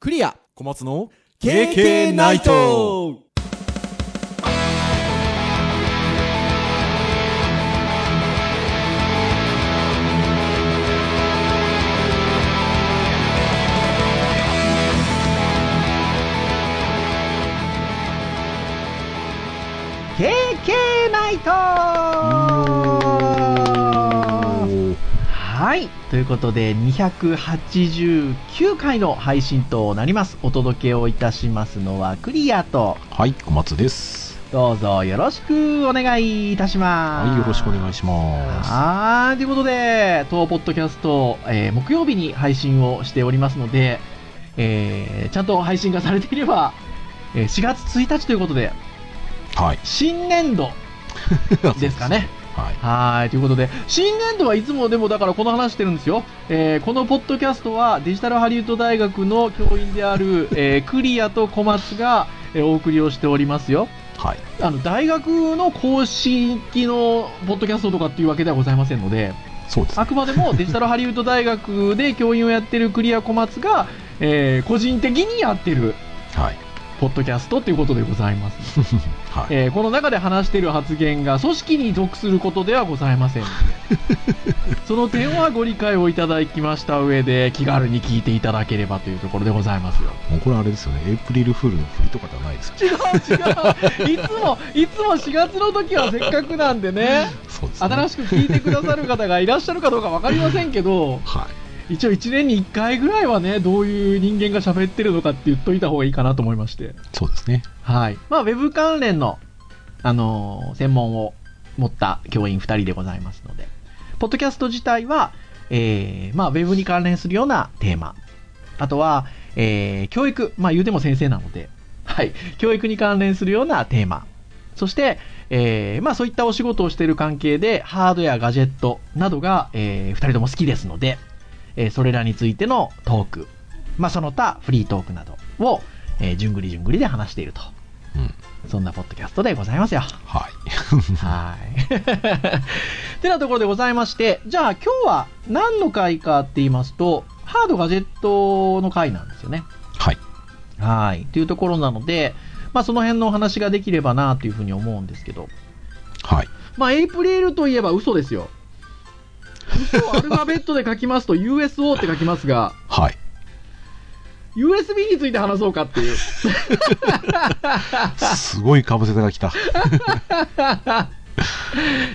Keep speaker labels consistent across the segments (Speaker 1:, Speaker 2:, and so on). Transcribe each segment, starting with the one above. Speaker 1: クリア
Speaker 2: 小松の
Speaker 1: KK ナイト
Speaker 3: はい。ということで、289回の配信となります。お届けをいたしますのは、クリアと、
Speaker 4: はい、小松です。
Speaker 3: どうぞよろしくお願いいたします。
Speaker 4: はい、よろしくお願い
Speaker 3: し
Speaker 4: しま
Speaker 3: はい。ということで、当ポッドキャスト、えー木曜日に配信をしておりますので、えーちゃんと配信がされていれば、えー4月1日ということで、
Speaker 4: す。はい。
Speaker 3: 新年度 ですかね。
Speaker 4: は
Speaker 3: は
Speaker 4: い。
Speaker 3: い。ということで、新年度はいつもでもだからこの話してるんですよ。えーこのポッドキャストはデジタルハリウッド大学の教員である、えークリアと小松が、えーお送りをしておりますよ。
Speaker 4: はい。
Speaker 3: あの、大学の公式のポッドキャストとかっていうわけではございませんので、
Speaker 4: そうです。
Speaker 3: あくまでもデジタルハリウッド大学で教員をやってるクリア小松が、えー個人的にやってる
Speaker 4: はい。
Speaker 3: ポッドキャストということでございます。
Speaker 4: はい。
Speaker 3: えーこの中で話している発言が組織に属することではございま せんその点はご理解をいただきました上で気軽に聞いていただければというところでございますよ
Speaker 4: もうこれあれですよね。エイプリルフールの振りとかではないですよ。
Speaker 3: 違う 違ういつもいつも4月の時はせっかくなんでね
Speaker 4: そうですね。
Speaker 3: 新しく聞いてくださる方がいらっしゃるかどうか分かりませんけど
Speaker 4: は
Speaker 3: 一応1年に1回ぐらいはねどういう人間が喋ってるのかって言っといた方がいいかなと思いまして
Speaker 4: い。そうですね。
Speaker 3: はい。まあ、ウェブ関連の、あのー専門を持った教員2人でございますので、ポッドキャスト自体は、えーまあ、ウェブに関連するようなテーマ、あとは、えー教育、まあ、言うても先生なので、はい。教育に関連するようなテーマ、そして、えーまあ、そういったお仕事をしている関係で、ハードやガジェットなどが、え2人とも好きですので、えーそれらについてのトーク、まあ、その他、フリートークなどを、えー、じゅんぐりじゅんぐりで話していると。
Speaker 4: うん。
Speaker 3: そんなポッドキャストでございますよ。
Speaker 4: はい。
Speaker 3: はい。てなところでございま して、じゃあ今日は何の回かって言いますと、ハードガジェットの回なんですよね。
Speaker 4: はい。
Speaker 3: はい。というところなので、まあその辺のお話ができればなというふうに思うんですけど、
Speaker 4: はい。
Speaker 3: まあエイプリルといえば嘘ですよ。嘘をアルファベットで書きますと USO って書きますが、
Speaker 4: はい。
Speaker 3: USB について話そうかっていう。
Speaker 4: すごいかぶせたが来た。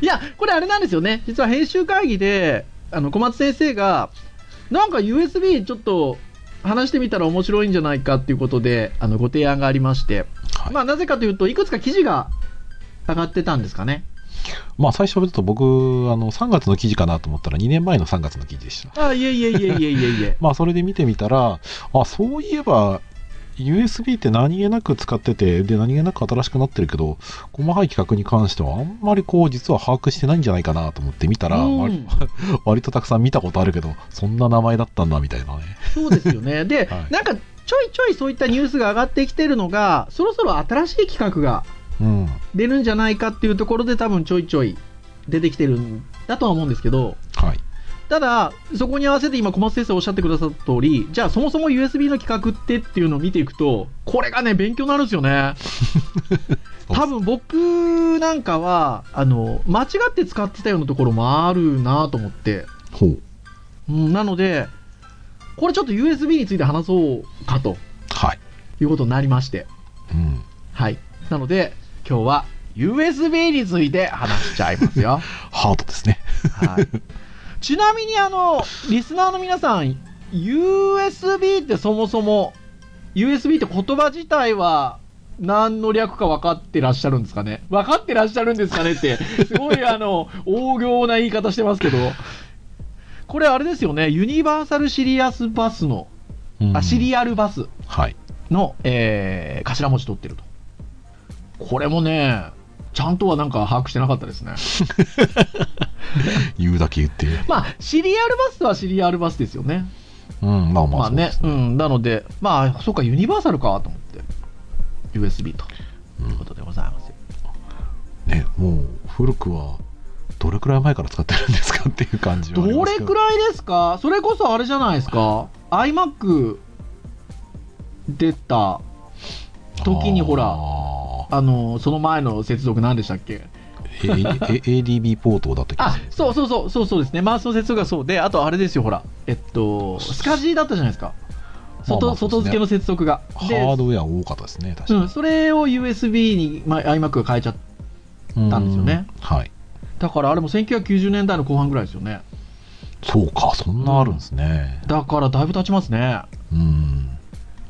Speaker 3: いや、これあれなんですよね。実は編集会議で、あの、小松先生が、なんか USB ちょっと話してみたら面白いんじゃないかっていうことで、あの、ご提案がありまして。
Speaker 4: はい。
Speaker 3: ま
Speaker 4: ま
Speaker 3: あ、なぜかというと、いくつか記事が上がってたんですかね。
Speaker 4: あ、最初はちょっと僕、あの、3月の記事かなと思ったら2年前の3月の記事でした。。
Speaker 3: あ、いえいえいえいえいえいえ
Speaker 4: まあ、それで見てみたら、あ、そういえば、USB って何気なく使ってて、で、何気なく新しくなってるけど、細かい企画に関しては、あんまりこう、実は把握してないんじゃないかなと思って見たら、
Speaker 3: うん
Speaker 4: 割割とたくさん見たことあるけど、そんな名前だったんだ、みたいなね。
Speaker 3: そうですよね。で、
Speaker 4: はい
Speaker 3: なんか、ちょいちょいそういったニュースが上がってきてるのが、そろそろ新しい企画が
Speaker 4: うん。
Speaker 3: 出るんじゃないかっていうところで多分ちょいちょい出てきてるんだとは思うんですけど、
Speaker 4: はい。
Speaker 3: ただ、そこに合わせて今、小松先生おっしゃってくださった通り、じゃあ、そもそも USB の規格ってっていうのを見ていくと、これがね、勉強になるんですよね。多分僕なんかは、あの、間違って使ってたようなところもあるなと思って、
Speaker 4: ほう。
Speaker 3: うん、なので、これちょっと USB について話そうかと
Speaker 4: はい。
Speaker 3: いうことになりまして、
Speaker 4: うん。
Speaker 3: はい。なので、今日は USB について話しちゃいますよ。
Speaker 4: ハードですね。
Speaker 3: はい、ちなみにあのリスナーの皆さん USB ってそもそも USB って言葉自体は何の略か分かってらっしゃるんですかね分かってらっしゃるんですかねってすごいあ の大行な言い方してますけどこれあれですよねユニバーサルシリアスバスの
Speaker 4: うん
Speaker 3: あシリアルバス
Speaker 4: はい。
Speaker 3: の、えー頭文字取ってるとこれもねちゃんとはなんか把握してなかったですね
Speaker 4: 言うだけ言って。
Speaker 3: まあ、シリアルバスはシリアルバスですよね。
Speaker 4: うん、まあま
Speaker 3: まあ
Speaker 4: あそうで
Speaker 3: ね、
Speaker 4: す、
Speaker 3: うん。なので、まあ、そうか、ユニバーサルかと思って、USB と
Speaker 4: うん
Speaker 3: いうことでございますよ。
Speaker 4: ね。もう、古くは、どれくらい前から使ってるんですかっていう感じはあり
Speaker 3: ど
Speaker 4: ます
Speaker 3: れ
Speaker 4: けど。
Speaker 3: くらいですかそれこそあれじゃないですか ?iMac 出た時にほら、
Speaker 4: あ
Speaker 3: あの、その前の接続何でしたっけ
Speaker 4: ーえ A- ADB ポートだった気が
Speaker 3: あ
Speaker 4: する、
Speaker 3: そうそうそう、そうそうですね。マウスの接続がそうで、あとあれですよ、ほら。えっと、スカジーだったじゃないですか。外、
Speaker 4: まあまあそう
Speaker 3: 外
Speaker 4: ですね
Speaker 3: 付けの接続が。で
Speaker 4: ハードウェア多かったですね確か
Speaker 3: う
Speaker 4: に、
Speaker 3: ん、それを USB に、まあ、iMac が変えちゃっ
Speaker 4: うん
Speaker 3: たんですよね
Speaker 4: はい
Speaker 3: たからあれも1990年代の後半ぐらいですよね
Speaker 4: そうかそんなあるんですね
Speaker 3: だからだいぶ経ちますね
Speaker 4: うん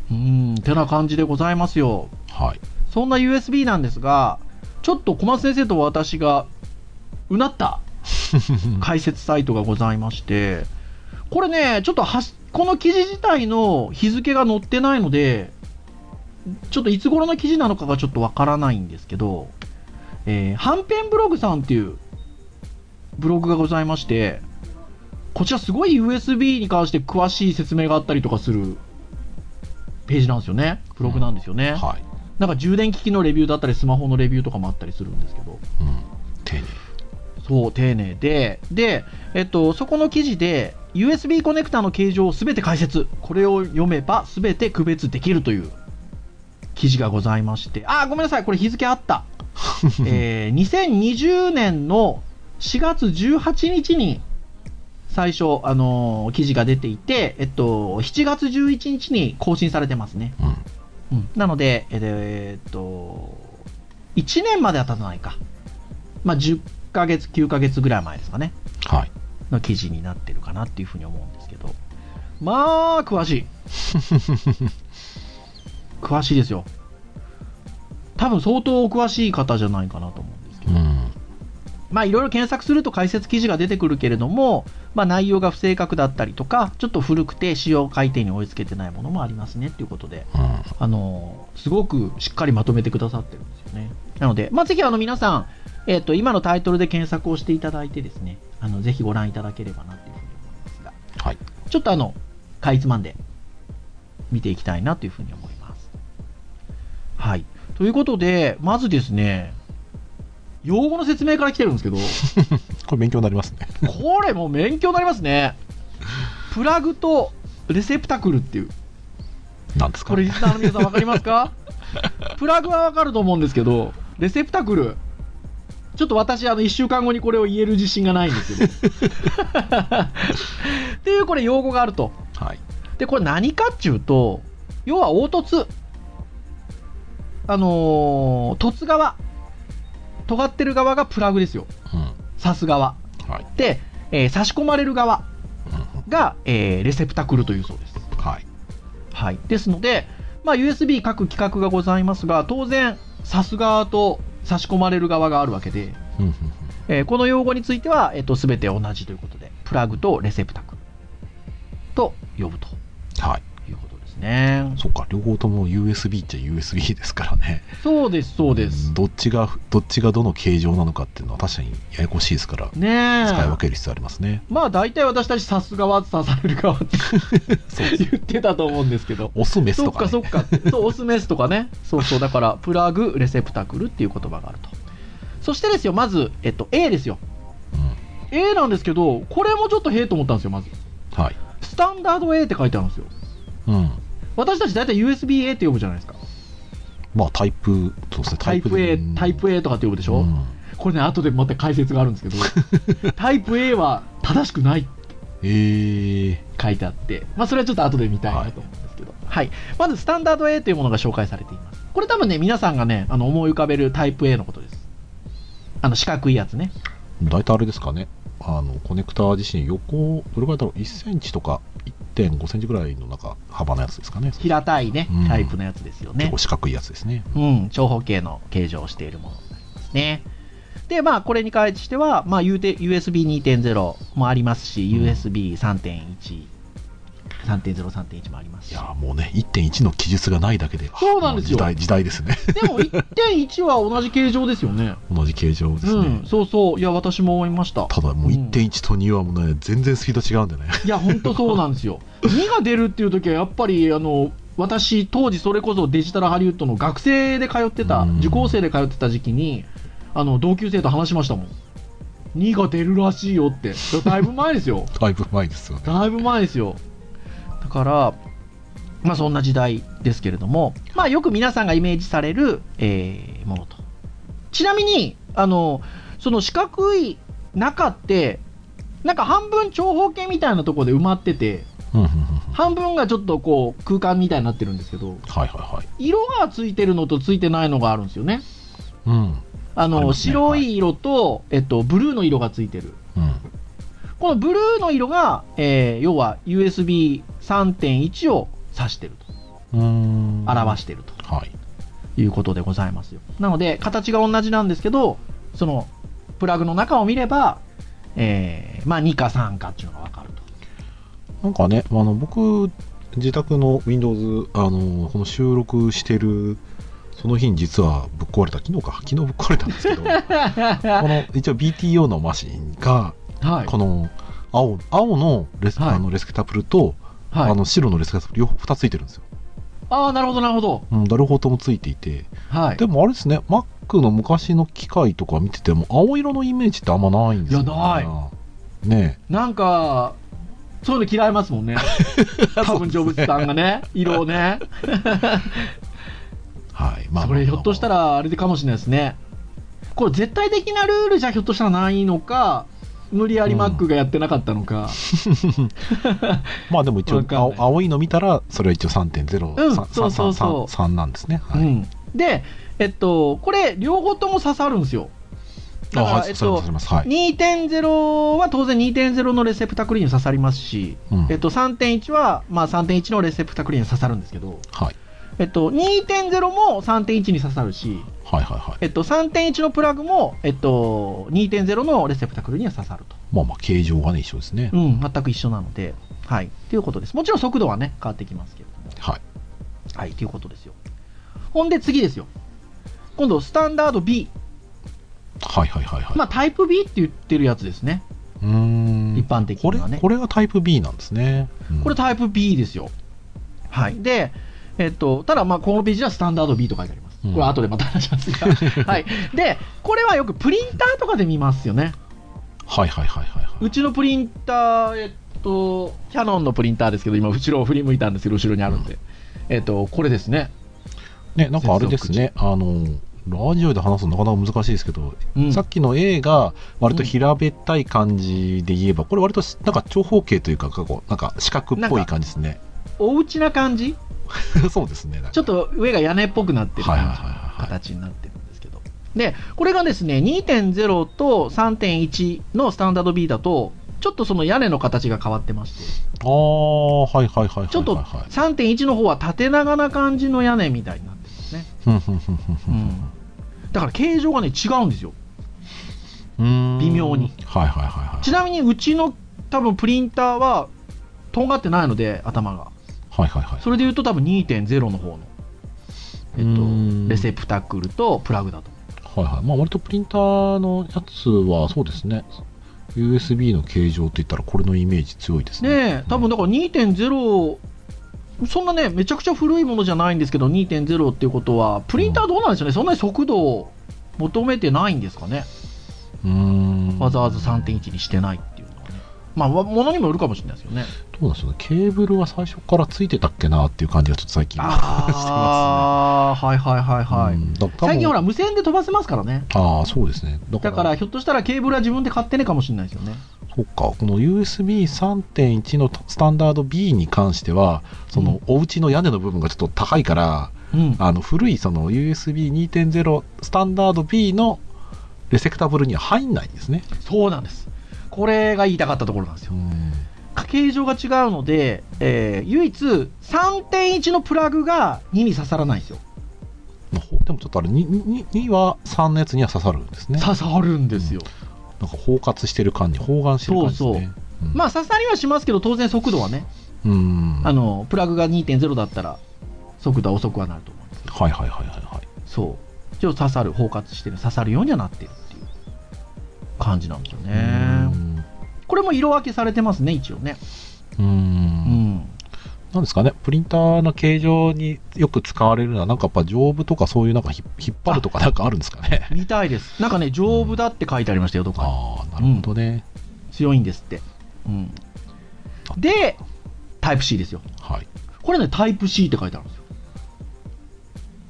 Speaker 3: うんてな感じでございますよ
Speaker 4: はい
Speaker 3: そんな USB なんですがちょっと小松先生と私がうなっ た解説サイトがございましてこれねちょっとはしこの記事自体の日付が載ってないのでちょっといつ頃の記事なのかがちょっとわからないんですけど、えー、はんぺんブログさんっていうブログがございましてこちらすごい USB に関して詳しい説明があったりとかするページなんですよねブログなんですよね、
Speaker 4: はい、
Speaker 3: なんか充電機器のレビューだったりスマホのレビューとかもあったりするんですけど
Speaker 4: うん、丁寧
Speaker 3: そう、丁寧で、で、えっと、そこの記事で、USB コネクタの形状をすべて解説、これを読めばすべて区別できるという記事がございまして、あー、ごめんなさい、これ日付あった。えー2020年の4月18日に、最初、あのー記事が出ていて、えっと、7月11日に更新されてますね。
Speaker 4: うん
Speaker 3: うん、なので、えーえーっと、1年までは経たないか。まあ、10ヶ月、9ヶ月ぐらい前ですかね。
Speaker 4: はい
Speaker 3: の記事になってるかなっていうふうに思うんですけど。まあ、詳 しい。詳しいですよ。多分相当お詳しい方じゃないかなと思うんですけ
Speaker 4: う
Speaker 3: ど。
Speaker 4: ん
Speaker 3: まあ、いろいろ検索すると解説記事が出てくるけれども、まあ、内容が不正確だったりとか、ちょっと古くて使用改定に追いつけてないものもありますねっていうことで。
Speaker 4: うん
Speaker 3: あのすごくしっかりまとめてくださってるんですよね。なので、まあ、ぜひあの皆さん、えっと今のタイトルで検索をしていただいてですね、あのぜひご覧いただければなというふうに思いますが、
Speaker 4: はい
Speaker 3: ちょっとあの、かいつまんで見ていきたいなというふうに思います。はい。ということで、まずですね、用語の説明から来てるんですけど、
Speaker 4: これ勉強になりますね
Speaker 3: これもう勉強になりますね。プラグとレセプタクルっていう。
Speaker 4: なんですか
Speaker 3: これリスナーの皆さん分かりますかプラグは分かると思うんですけどレセプタクルちょっと私あの1週間後にこれを言える自信がないんですけどっていうこれ用語があると
Speaker 4: はい
Speaker 3: でこれ何かっちゅうと要は凹凸あのー凸側尖ってる側がプラグですよ
Speaker 4: うん
Speaker 3: 刺す側
Speaker 4: はい
Speaker 3: で、えー差し込まれる側
Speaker 4: うん
Speaker 3: が、えーレセプタクルというそうです
Speaker 4: はい
Speaker 3: はい、ですので、まあ、USB 各規格がございますが当然挿す側と差し込まれる側があるわけで、
Speaker 4: うんうん
Speaker 3: えーこの用語については、えっと全て同じということでプラグとレセプタクルと呼ぶと
Speaker 4: はい
Speaker 3: いうことですね
Speaker 4: そっか両方とも USB っちゃ USB ですからね
Speaker 3: そうですそうです
Speaker 4: んどっちがどっちがどの形状なのかっていうのは確かにややこしいですから
Speaker 3: ねえ
Speaker 4: 使い分ける必要ありますね、
Speaker 3: まあ大体私たち刺す側刺される側って
Speaker 4: そうです
Speaker 3: 言ってたと思うんですけど
Speaker 4: オスメス
Speaker 3: そっ
Speaker 4: とか、
Speaker 3: か
Speaker 4: ね、
Speaker 3: そっかそうオスメスとかねそうそうだからプラグレセプタクルっていう言葉があるとそしてですよまず、えっと、A ですよ
Speaker 4: うん
Speaker 3: A なんですけど、これもちょっとへえと思ったんですよ、まず。
Speaker 4: はい
Speaker 3: スタンダード A って書いてあるんですよ。
Speaker 4: うん
Speaker 3: 私たち大体 USB A って呼ぶじゃないですか。
Speaker 4: まあタイプそうですね
Speaker 3: タイプ A
Speaker 4: で、
Speaker 3: タイプ A とかって呼ぶでしょ、
Speaker 4: うん
Speaker 3: これね、後でまた解説があるんですけど、タイプ A は正しくないって
Speaker 4: えー、
Speaker 3: 書いてあって、まあそれはちょっと後で見たいなと思うんですけど。はい。まず、スタンダード A というものが紹介されています。これ多分ね、皆さんがね、あの思い浮かべるタイプ A のことです。あの四角いやつね。
Speaker 4: 大体あれですかねあのコネクタ自身横どれぐらいだろう1センチとか1.5センチぐらいのなんか幅のやつですかね
Speaker 3: 平たいね
Speaker 4: うん、
Speaker 3: タイプのやつですよね。
Speaker 4: 結構四角いやつですね
Speaker 3: うん、長方形の形状をしているものになりますね。で、まあ、これに関しては、まあ、言うて USB2.0 もありますし、
Speaker 4: うん
Speaker 3: USB3.1、3.0、3.1もあります
Speaker 4: い
Speaker 3: し
Speaker 4: や。ーもうね1.1の記述がないだけで
Speaker 3: そうなんですよ
Speaker 4: も時代時代ですね
Speaker 3: でも、1.1は同じ形状ですよね。
Speaker 4: 同じ形状ですね、
Speaker 3: うん、そうそう。いや、私も思いました。
Speaker 4: ただもううん1.1と2はもうね全然スピード違うんでね
Speaker 3: いや、本当そうなんです よ。2が出るっていう時は、やっぱり、あの、私、当時、それこそデジタルハリウッドの学生で通ってた、
Speaker 4: うん
Speaker 3: 受講生で通ってた時期に、あの、同級生と話しましたもん。2が出るらしいよって。だいぶ前ですよ。
Speaker 4: だいぶ前ですよね
Speaker 3: だいぶ前ですよ。だから、まあ、そんな時代ですけれども、まあ、よく皆さんがイメージされる、えーものと。ちなみに、あの、その四角い中って、なんか半分長方形みたいなところで埋まってて、
Speaker 4: うんうんうんうん
Speaker 3: 半分がちょっとこう空間みたいになってるんですけど、
Speaker 4: はいはいはい。
Speaker 3: 色がついてるのとついてないのがあるんですよね。
Speaker 4: うん。
Speaker 3: あの、
Speaker 4: ありますね
Speaker 3: 白い色と、えっと、ブルーの色がついてる。
Speaker 4: うん。
Speaker 3: このブルーの色が、えー要は USB3.1 を指してると。
Speaker 4: うーん。
Speaker 3: 表してると。
Speaker 4: はい。
Speaker 3: いうことでございますよ。なので、形が同じなんですけど、その、プラグの中を見れば、えーまあ、2か3かっていうのがわかると。
Speaker 4: なんかね、あの僕、自宅の Windows、あの、この収録してる、その日に実はぶっ壊れた、昨日か、昨日ぶっ壊れたんですけ ど、この一応 BTO のマシンが、
Speaker 3: は
Speaker 4: この青青のレス,、
Speaker 3: はい
Speaker 4: あのレスケタブルと、
Speaker 3: はい。
Speaker 4: あの白のレスケタブル両方2つついてるんですよ。
Speaker 3: ああ、なるほど、なるほど。
Speaker 4: うん、両方ともついていて、
Speaker 3: はい。
Speaker 4: でもあれですね、Mac の昔の機械とか見てても、青色のイメージってあんまないんですよ、ね。
Speaker 3: いや
Speaker 4: い。ね
Speaker 3: なんか、そういうの嫌いますもん ね。多分、ジョブズさんがね、色をね。
Speaker 4: え。はい。まあ、
Speaker 3: それひょっとした
Speaker 4: ら。
Speaker 3: らあれでかもしれないですね。これ絶対的なルールじゃひょっとしたらないのか、無理やり
Speaker 4: うん
Speaker 3: マックがやってなかったのか。
Speaker 4: まあでも一応
Speaker 3: わ、かんない
Speaker 4: 青青いの見たら、それは一応3.0、
Speaker 3: うん
Speaker 4: さん
Speaker 3: そうそうそう
Speaker 4: 3なんですね。は
Speaker 3: う
Speaker 4: い。
Speaker 3: ん、で、えっと、これ両方とも刺さるんですよ。だから
Speaker 4: あ、はい、
Speaker 3: えっ
Speaker 4: そう
Speaker 3: と
Speaker 4: されます。はい。
Speaker 3: 2.0は当然2.0のレセプタクリに刺さりますし、
Speaker 4: うん
Speaker 3: えっと、3.1は、まあ、3.1のレセプタクリに刺さるんですけど、
Speaker 4: はい。
Speaker 3: えっと、2.0も3.1に刺さるし、
Speaker 4: はいはいはい。
Speaker 3: えっと、3.1のプラグも、えっと、2.0のレセプタクルには刺さると。
Speaker 4: まあまあ、形状がね、一緒ですね。
Speaker 3: うん、全く一緒なので、はい、ということです。もちろん速度はね、変わってきますけども、
Speaker 4: はい。
Speaker 3: はい、ということですよ。ほんで次ですよ。今度、スタンダード B。
Speaker 4: はいはいはいはい。
Speaker 3: まあ、タイプ B って言ってるやつですね。
Speaker 4: うーん。
Speaker 3: 一般的には
Speaker 4: こ
Speaker 3: ね
Speaker 4: れこれがタイプ B なんですね。うん
Speaker 3: これタイプ B ですよ。はい。で、えっと、ただ、まあ、このページではスタンダード B と書いてあります。
Speaker 4: うん
Speaker 3: これ後でまた話しますが。 はい。で、これはよくプリンターとかで見ますよね。
Speaker 4: はいはいはいはいは
Speaker 3: うちのプリンター、えっと、キャノンのプリンターですけど、今、後ろを振り向いたんですけど、後ろにあるんで。えっと、これですね。
Speaker 4: い。ね、なんかあれですね、あの、ラジオで話すのなかなか難しいですけど、
Speaker 3: うん
Speaker 4: さっきの A が割と平べったい感じで言えば、これ割としなんか長方形というか、こうなんか四角っぽい感じです ね。
Speaker 3: お家な感じ
Speaker 4: そうですね。なんか
Speaker 3: ちょっと上が屋根っぽくなってる
Speaker 4: はいはい
Speaker 3: 感じの
Speaker 4: はいはいはい。
Speaker 3: 形になってるんですけど。で、これがですね、2.0と3.1のスタンダード B だと、ちょっとその屋根の形が変わってまして、
Speaker 4: ああ、はいはいはいはいはい。
Speaker 3: ちょっと
Speaker 4: はいはい
Speaker 3: 3.1の方は縦長な感じの屋根みたいになってるんですね。
Speaker 4: ふんふんふんふんふん
Speaker 3: だから形状がね、違うんですよ。
Speaker 4: うーん
Speaker 3: 微妙に。
Speaker 4: はいはいはいはい。
Speaker 3: ちなみにうちの多分プリンターはとんがってないので頭が
Speaker 4: はいはいはい。
Speaker 3: それで言うと多分2.0の方の、え
Speaker 4: う
Speaker 3: っ
Speaker 4: ん
Speaker 3: と、レセプタクルとプラグだと
Speaker 4: はいはい。まあ割とプリンターのやつはそうですね。USB の形状って言ったらこれのイメージ強いですね。
Speaker 3: ねえ多分だから2.0そんなねめちゃくちゃ古いものじゃないんですけど2.0っていうことはプリンターどうなんでしょうねそんなに速度を求めてないんですかね
Speaker 4: うーん。
Speaker 3: わざわざ3.1にしてないっていうのはねまあわものにもよるかもしれないですよね
Speaker 4: どうなんでしょうね。ケーブルは最初からついてたっけなっていう感じがちょっと最 近。
Speaker 3: ああ、はいはいはいはい、
Speaker 4: うんだから多分
Speaker 3: 最近ほら無線で飛ばせますからね
Speaker 4: ああ、そうですね。だか
Speaker 3: だ
Speaker 4: ら、
Speaker 3: からひょっとしたらケーブルは自分で買ってねかもしれないですよね。
Speaker 4: そっか、この USB3.1 のスタンダード B に関しては、その、お家の屋根の部分がちょっと高いから、
Speaker 3: うん。
Speaker 4: あの、古いその USB2.0 スタンダード B のレセクタブルには入んないんですね。
Speaker 3: そうなんです。これが言いたかったところなんですよ。
Speaker 4: ん。
Speaker 3: 形状が違うので、えー唯一3.1のプラグが2に刺さらないんですよ。
Speaker 4: でもちょっとあれ、2, 2, 2は3のやつには刺さるんですね。なんか
Speaker 3: 刺さるんですよ。
Speaker 4: 包括してる感じ、包含してる感じですね。うん
Speaker 3: まあ刺さりはしますけど、当然速度はね、
Speaker 4: うん。
Speaker 3: あの、プラグが2.0だったら速度は遅くはなると思うんですけど。
Speaker 4: はいはいはいはいはい。
Speaker 3: そう。一応刺さる、包括してる、刺さるようにはなってるっていう感じなんですよ
Speaker 4: う
Speaker 3: ね。
Speaker 4: ん
Speaker 3: これも色分けされてますね、一応ね。
Speaker 4: う
Speaker 3: うんん。
Speaker 4: なんですかね、プリンターの形状によく使われるのは、なんかやっぱ丈夫とかそういうなんかひ引っ張るとかなんかあるんですかね。
Speaker 3: 見たいです。なんかね、丈夫だって書いてありましたよ、どっかに。
Speaker 4: ああ、なるほどね。
Speaker 3: 強いんですって。うん、で、タイプ C ですよ。
Speaker 4: はい。
Speaker 3: これね、タイプ C って書いてあるんですよ。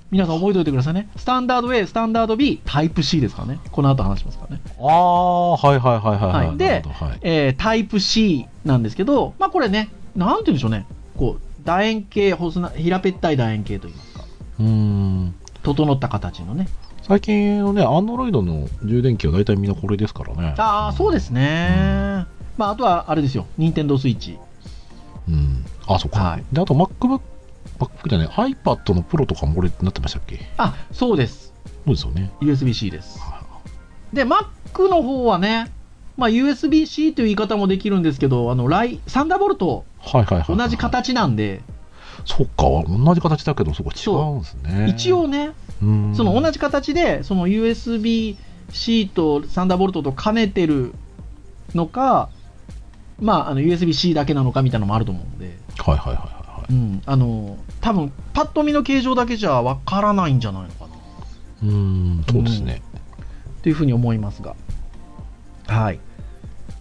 Speaker 3: 皆さん覚えておいてくださいね。スタンダード A、スタンダード B、タイプ C ですからね。この後話しますからね。
Speaker 4: ああ、はいはいはいはい、
Speaker 3: はいで
Speaker 4: なるほどはい、
Speaker 3: えータイプ C なんですけど、まあこれね、なんて言うんでしょうね。こう、楕円形、細な平べったい楕円形といいますか、
Speaker 4: うーん。
Speaker 3: 整った形のね。
Speaker 4: 最近のね、アンドロイドの充電器は大体みんなこれですからね。。
Speaker 3: ああ、そうですすね。まああとは、あれですよ、任天堂 Switch。
Speaker 4: うん。あ、そっか。
Speaker 3: はい
Speaker 4: で、あと MacBook、MacBook じゃない、iPad の Pro とかもこれなってましたっけ
Speaker 3: あ、そうです。
Speaker 4: そうですよね。
Speaker 3: USB-C です。
Speaker 4: は
Speaker 3: で、Mac の方はね、まあ、USB-C という言い方もできるんですけど、あのライサンダーボルト、
Speaker 4: はいはいはい、
Speaker 3: 同じ。形なんで、
Speaker 4: そっか、同じ形だけど、そこ違うんですね。
Speaker 3: 一、応ね、
Speaker 4: うん、
Speaker 3: その同じ形で、その USB-C とサンダーボルトと兼ねてるのか、まあ、あの USB-C だけなのかみたいなのもあると思うんで、
Speaker 4: はいはいはいはいは
Speaker 3: うん、あの多分パッと見の形状だけじゃわからないんじゃないのかな。
Speaker 4: い。うーん、そうですね。
Speaker 3: というふうに思いますが、はい。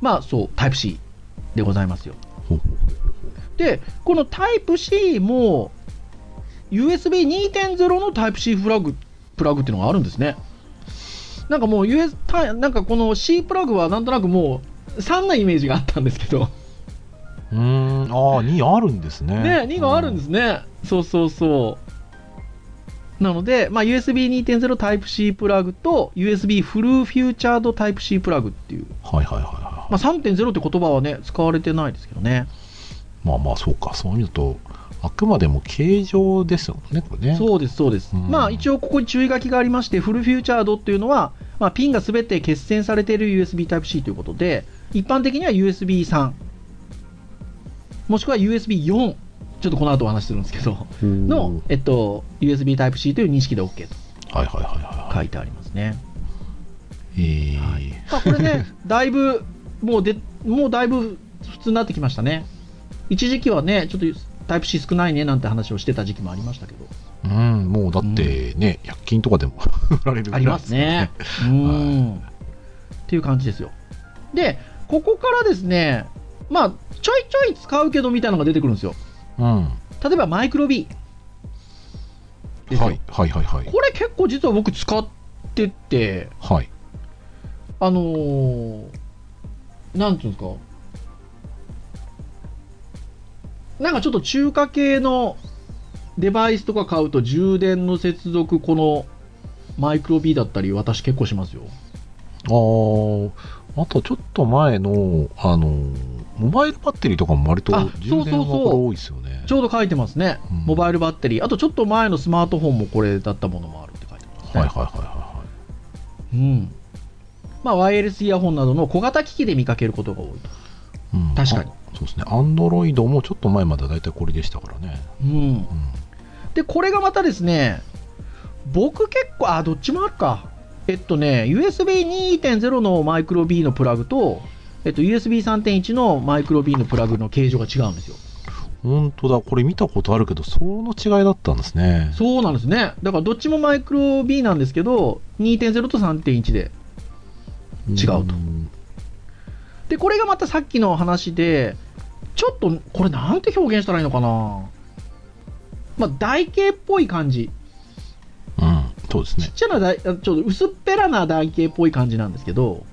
Speaker 3: まあ、そう、タイプ C でございますよ。
Speaker 4: ほうほう
Speaker 3: で、このタイプ C も、USB2.0 のタイプ C フラグプラグっていうのがあるんですね。なんかもう、US、たなんかこの C プラグはなんとなくもう、3なイメージがあったんですけど、
Speaker 4: うーん、ああ、2あるんですね。。
Speaker 3: ね、2があるんですすね。そうそうそう。なので、まあ、USB2.0 タイプ C プラグと USB フルフューチャードタイプ C プラグっていう、
Speaker 4: はいはいはいはい。
Speaker 3: まあ、3.0って言葉はね、使われてないですけどね。
Speaker 4: まあまあ、そうか、そういうのと、あくまでも形状ですよね、これね。う。
Speaker 3: そうです、そうです。
Speaker 4: うん
Speaker 3: まあ一応ここに注意書きがありまして、フルフューチャードっていうのは、まあ、ピンがすべて欠線されている USB Type-C ということで、一般的には USB3、もしくは USB4、ちょっとこの後お話しするんですけど、の、えっと、USB Type-C という認識で OK と
Speaker 4: はいはいはいはいは
Speaker 3: 書いてありますね。
Speaker 4: い。えー
Speaker 3: はいまあ、これね、だいぶ、もうで、もうだいぶ普通になってきましたね。一時期はね、ちょっと Type-C 少ないねなんて話をしてた時期もありましたけど。
Speaker 4: うん、もうだってね、100均とかでも 売られるぐらい
Speaker 3: あります ね。うん、っていう感じですよ。で、ここからですね、まあ、ちょいちょい使うけどみたいなのが出てくるんですよ。
Speaker 4: うん。は
Speaker 3: 例えばマイクロ B
Speaker 4: い
Speaker 3: ですよ、
Speaker 4: はいはいはい。
Speaker 3: これ結構実は僕使ってて、
Speaker 4: はい。
Speaker 3: あのー、なんていうんですか、なんかちょっと中華系のデバイスとか買うと充電の接続、このマイクロ B だったり、私結構しますよ。
Speaker 4: あーあとちょっと前の、あの、モバイルバッテリーとかも割と
Speaker 3: あ
Speaker 4: 充電
Speaker 3: そうそう
Speaker 4: が
Speaker 3: そう
Speaker 4: これ多いですよね。
Speaker 3: ちょうど書いてますね、
Speaker 4: うん
Speaker 3: モバイルバッテリー、あとちょっと前のスマートフォンもこれだったものもあるって書いてますね。
Speaker 4: はいはいはいは
Speaker 3: うんまあ、ワイヤレスイヤホンなどの小型機器で見かけることが多いと。
Speaker 4: いはい。うん
Speaker 3: 確かに
Speaker 4: あそうですね。アンドロイドもちょっと前までは大体これでしたからね。
Speaker 3: うん
Speaker 4: う、ん。
Speaker 3: で、これがまたですね、僕結構、あ、どっちもあるか。えっとね、USB2.0 のマイクロ B のプラグと、えっと、USB3.1 のマイクロ B のプラグの形状が違うんですよ。
Speaker 4: 本当だ、これ見たことあるけど、その違いだったんですね。
Speaker 3: そうなんですね。だからどっちもマイクロ B なんですけど、2.0と3.1で違うと
Speaker 4: ん
Speaker 3: でこれがまたさっきの話でちょっとこれなんて表現したらいいのかなまあ台形っぽい感じ
Speaker 4: うん、そうです
Speaker 3: ち
Speaker 4: ね
Speaker 3: っ。ちゃな台あちょっと薄っぺらな台形っぽい感じなんですけど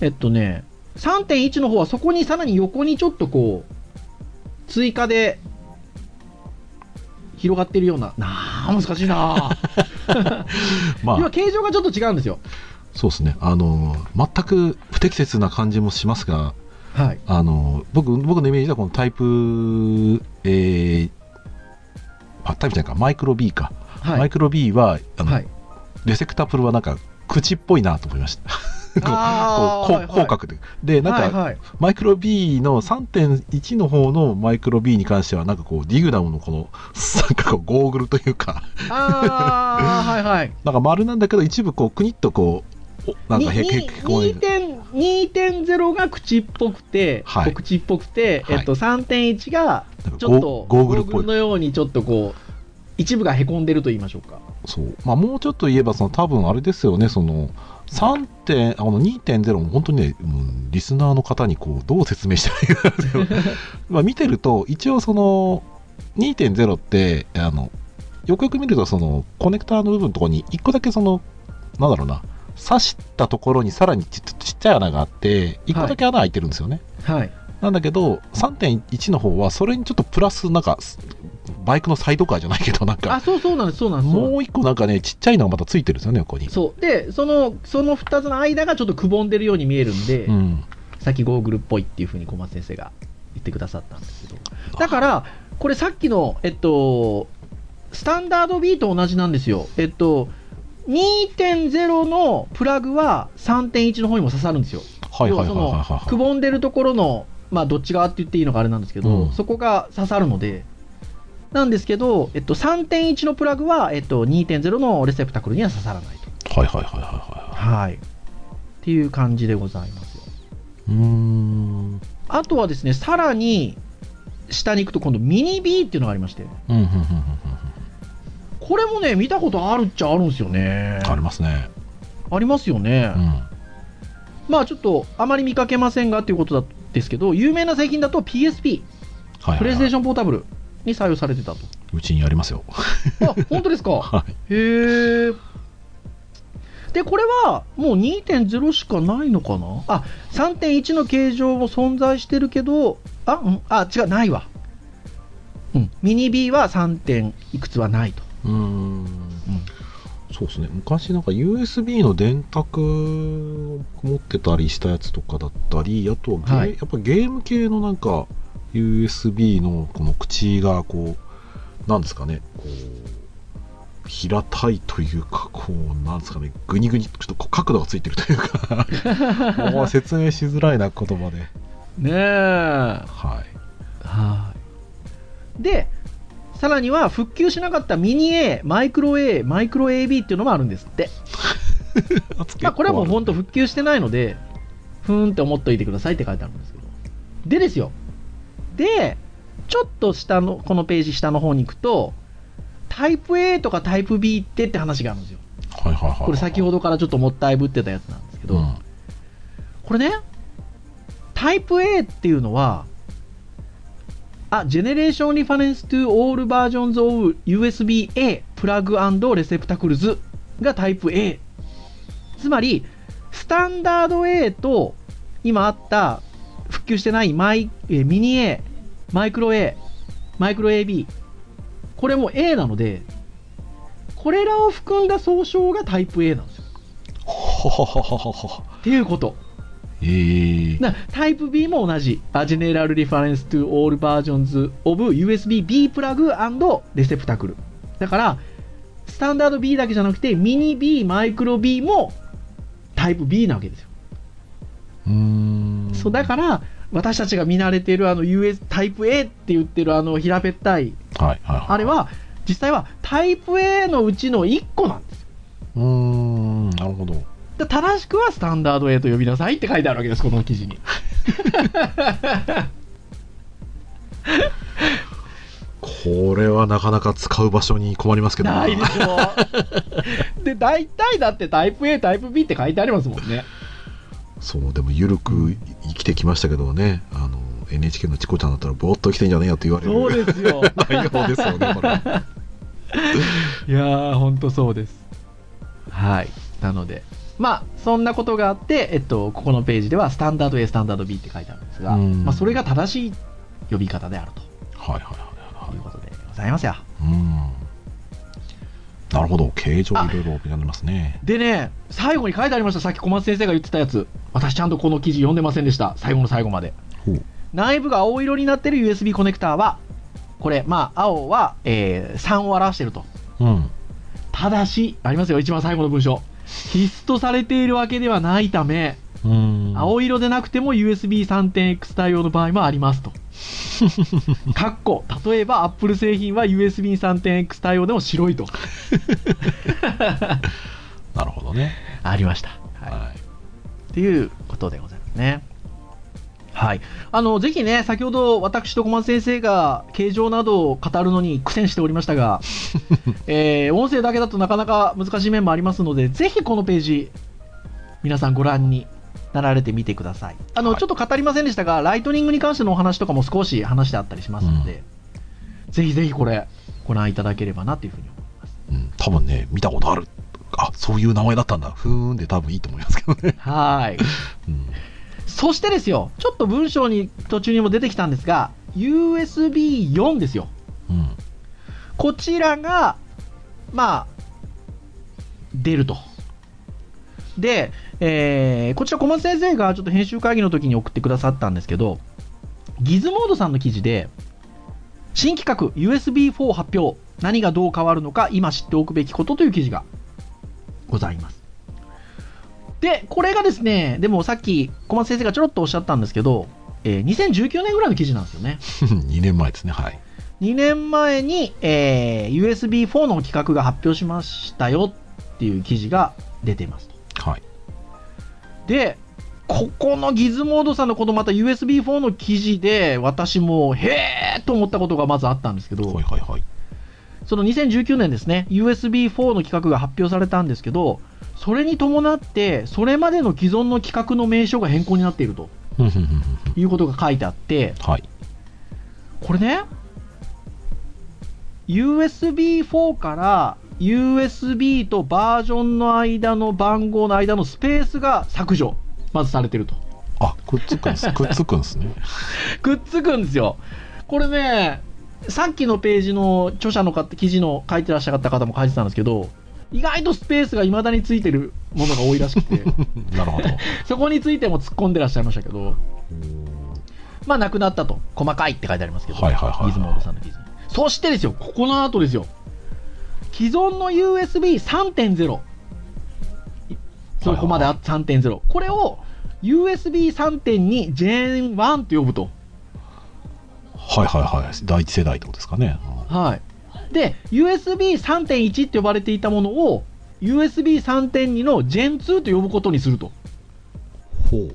Speaker 3: えっとね3.1の方はそこにさらに横にちょっとこう追加で広がってるようななあ難しいなあ
Speaker 4: ま
Speaker 3: 要
Speaker 4: あ
Speaker 3: は、形状がちょっと違うんですよ
Speaker 4: そうですね。あの、全く不適切な感じもしますが、
Speaker 3: はい
Speaker 4: あの、僕、僕のイメージではこのタイプ、えー、あ、タイプじゃないか、マイクロ B か。マ
Speaker 3: は
Speaker 4: イ
Speaker 3: い
Speaker 4: クロ B は、あの、
Speaker 3: はい
Speaker 4: レセクタプルはなんか、口っぽいなと思いました。
Speaker 3: あー
Speaker 4: こ
Speaker 3: は
Speaker 4: う
Speaker 3: い
Speaker 4: 口角で。で、なんか、
Speaker 3: はいはい
Speaker 4: マイクロ B の3.1の方のマイクロ B に関しては、なんかこう、ディグダムのこの、なんかこう、ゴーグルというか、
Speaker 3: あーはいはい
Speaker 4: なんか丸なんだけど、一部こう、くにっとこう、おなんかへへへこう
Speaker 3: にに2.0 2.0が口っぽくて、
Speaker 4: はい
Speaker 3: こう口っぽくて、
Speaker 4: はい
Speaker 3: えっと、3.1が
Speaker 4: なん
Speaker 3: ち
Speaker 4: か
Speaker 3: ょっ
Speaker 4: ゴ
Speaker 3: と
Speaker 4: ゴーグルっぽい
Speaker 3: の。ようにちょっとこう一部がへこんでると言いましょうか
Speaker 4: そう。まあ、もうちょっと言えば、その、多分あれですよね、その、3点、あの、2.0も本当にね、うんリスナーの方にこう、どう説明したらいいかまあ、見てると、一応その、 2.0ってあのよくよく見るとそのコネクターの部分のところに1個だけそのなんだろうな刺したところにさらにちちっちゃい穴があって1個だけ穴開いてるんですよね、
Speaker 3: はい。
Speaker 4: なんだけど3.1の方はそれにちょっとプラスなんかバイクのサイドカーじゃないけどなんか
Speaker 3: あ、そうそうなんです、そうなんです。
Speaker 4: もう1個なんかねちっちゃいのがまたついてるんですよね横に
Speaker 3: そう。で、その、その2つの間がちょっとくぼんでるように見えるんで、
Speaker 4: うん
Speaker 3: さっきゴーグルっぽいっていうふうに小松先生が言ってくださったんですけど。だから、これさっきの、えっと、スタンダード B と同じなんですよ。えっと、2.0のプラグは3.1の方にも刺さるんですよ。
Speaker 4: はいはいはいはい
Speaker 3: 要は
Speaker 4: は
Speaker 3: いその
Speaker 4: は
Speaker 3: くぼんでるところの、まあ、どっち側って言っていいのかあれなんですけど、
Speaker 4: うん
Speaker 3: そこが刺さるのでなんですけど、えっと、3.1のプラグは、えっと、2.0のレセプタクルには刺さらないと、
Speaker 4: いはいはいはいは
Speaker 3: はい、っていう感じでございますよ
Speaker 4: いうーん
Speaker 3: あとはですねさらに下に行くと今度ミニ B っていうのがありまして
Speaker 4: うんうんうんうんうん
Speaker 3: これもね見たことあるっちゃあるんですよね
Speaker 4: ありますね
Speaker 3: ありますよね、
Speaker 4: うん
Speaker 3: まあちょっとあまり見かけませんがっていうことだですけど有名な製品だと PSP
Speaker 4: はい
Speaker 3: プ
Speaker 4: は
Speaker 3: レイ
Speaker 4: い
Speaker 3: ステ
Speaker 4: は
Speaker 3: ー
Speaker 4: い
Speaker 3: ションポータブルに採用されてたと
Speaker 4: うちにありますよ
Speaker 3: あ本当ですか
Speaker 4: は
Speaker 3: へえ。で、これはもう2.0しかないのかなあ、3.1の形状も存在してるけど、あ、うん、あ、違う、ないわ。うん、ミニ B は 3. 点いくつはないと。
Speaker 4: いうんそうですね昔なんか USB の電卓を持ってたりしたやつとかだったりあとはゲー
Speaker 3: はい
Speaker 4: やっぱゲーム系のなんか USB のこの口がこうなんですかねこう平たいというかこうなんですかねグニグニちょっとこう角度がついてると いうかもう説明しづらいな言葉で
Speaker 3: ねえ。
Speaker 4: はい
Speaker 3: はい。で、さらには復旧しなかったミニ A、マイクロ A、マイクロ AB っていうのもあるんですって。まあ、これはもう本当復旧してないので、ふーんって思っといてくださいって書いてあるんですけど。でですよ。で、ちょっと下の、このページ下の方に行くと、タイプ A とかタイプ B ってって話があるんですよ。
Speaker 4: はいはいはい
Speaker 3: これ先ほどからちょっともったいぶってたやつなんですけど、
Speaker 4: うん
Speaker 3: これね、タイプ A っていうのは、あ、Generation Reference to All Versions of USB-A Plug and Receptacles がタイプ A。つまり、スタンダード A と、今あった、復旧してないマイ、えーミニ A、マイクロ A、マイクロ AB。これも A なので、これらを含んだ総称がタイプ A なんですよ。
Speaker 4: ほほほほほほ
Speaker 3: っていうこと。
Speaker 4: えー、
Speaker 3: なタイプ B も同じ。A General Reference to All Versions of USB-B Plug and Receptacle。だから、スタンダード B だけじゃなくて、ミニ B、マイクロ B もタイプ B なわけですよ。
Speaker 4: うーん
Speaker 3: そうだから、私たちが見慣れてるあの US タイプ A って言ってるあの平べったい、
Speaker 4: ら、はいはいい、
Speaker 3: あれは、実際はタイプ A のうちの1個なんですよ。
Speaker 4: うーんなるほど
Speaker 3: だ正しくはスタンダード A と呼びなさいって書いてあるわけです、この記事に。
Speaker 4: これはなかなか使う場所に困りますけど
Speaker 3: ないでしょ で大体だってタイプ A タイプ B って書いてありますもんね
Speaker 4: そうでもゆるく生きてきましたけどねあの NHK のチコちゃんだったらぼーっと生きてんじゃねえよって言われる
Speaker 3: そうですよ
Speaker 4: 内容ですよねこれ
Speaker 3: いやーほんとそうですはいなのでまあそんなことがあって、えっと、ここのページではスタンダード A スタンダード B って書いてあるんですが、
Speaker 4: うん
Speaker 3: まあ、それが正しい呼び方である
Speaker 4: はいはいはい
Speaker 3: と
Speaker 4: はい
Speaker 3: いうことでございますよ
Speaker 4: うんなるほど形状いろいろ見られますね
Speaker 3: でね最後に書いてありましたさっき小松先生が言ってたやつ私ちゃんとこの記事読んでませんでした最後の最後まで
Speaker 4: ほう
Speaker 3: 内部が青色になってる USB コネクターはこれまあ青は、えー3を表してると
Speaker 4: うん
Speaker 3: ただしありますよ一番最後の文章必須とされているわけではないため、
Speaker 4: うん
Speaker 3: 青色でなくても USB3.x 対応の場合もあります とかっこ例えば Apple 製品は USB3.x 対応でも白いと
Speaker 4: なるほどね
Speaker 3: ありました、はい、
Speaker 4: はい
Speaker 3: っていうことでございますね。はい、あのぜひね、先ほど私と小松先生が形状などを語るのに苦戦しておりました が、えー音声だけだとなかなか難しい面もありますので、ぜひこのページ、皆さんご覧になられてみてください。あの
Speaker 4: はい
Speaker 3: ちょっと語りませんでしたが、ライトニングに関してのお話とかも少し話してあったりしますので、ぜひぜひこれ、ご覧いただければなというふうに思います。
Speaker 4: うん、多分ね、見たことある。あ、そういう名前だったんだ。ふーんで多分いいと思いますけどね。
Speaker 3: はい。
Speaker 4: うん。
Speaker 3: そしてですよ、ちょっと文章に途中にも出てきたんですが、USB4 ですよ。
Speaker 4: うん。
Speaker 3: こちらが、まあ、出ると。で、えーこちら小松先生がちょっと編集会議の時に送ってくださったんですけど、ギズモードさんの記事で、新企画 USB4 発表、何がどう変わるのか今知っておくべきことという記事がございます。で、これがですね、でもさっき小松先生がちょろっとおっしゃったんですけど、えー2019年ぐらいの記事なんですよね。
Speaker 4: 2年前ですね、はい。
Speaker 3: 2年前に、えー USB4 の企画が発表しましたよっていう記事が出ていますと
Speaker 4: はい。
Speaker 3: でここのギズモードさんのことまた USB4 の記事で私もへえと思ったことがまずあったんですけど、
Speaker 4: はいはいはい。
Speaker 3: その2019年ですね USB4 の企画が発表されたんですけどそれに伴ってそれまでの既存の企画の名称が変更になっていると
Speaker 4: うんうんうんうん
Speaker 3: いうことが書いてあって、
Speaker 4: はい。
Speaker 3: これね USB4 から USB とバージョンの間の番号の間のスペースが削除まずされてると
Speaker 4: あ、くっつくんです。くっつくんですね。
Speaker 3: くっつくんですよこれねさっきのページの著者の方記事の書いてらっしゃった方も書いてたんですけど意外とスペースが未だについてるものが多いらしくて
Speaker 4: なるほど。
Speaker 3: そこについても突っ込んでらっしゃいましたけどまあなくなったと細かいって書いてありますけど
Speaker 4: はいはいはい
Speaker 3: ギズモードさんの記事にそしてですよここの後ですよ既存の USB3.0 いそこまであ3.0これを USB3.2 Gen1 と呼ぶと
Speaker 4: はいはいはい。第一世代ってことですかね。うん
Speaker 3: はいで USB3.1 って呼ばれていたものを USB3.2 の Gen2 と呼ぶことにすると
Speaker 4: ほ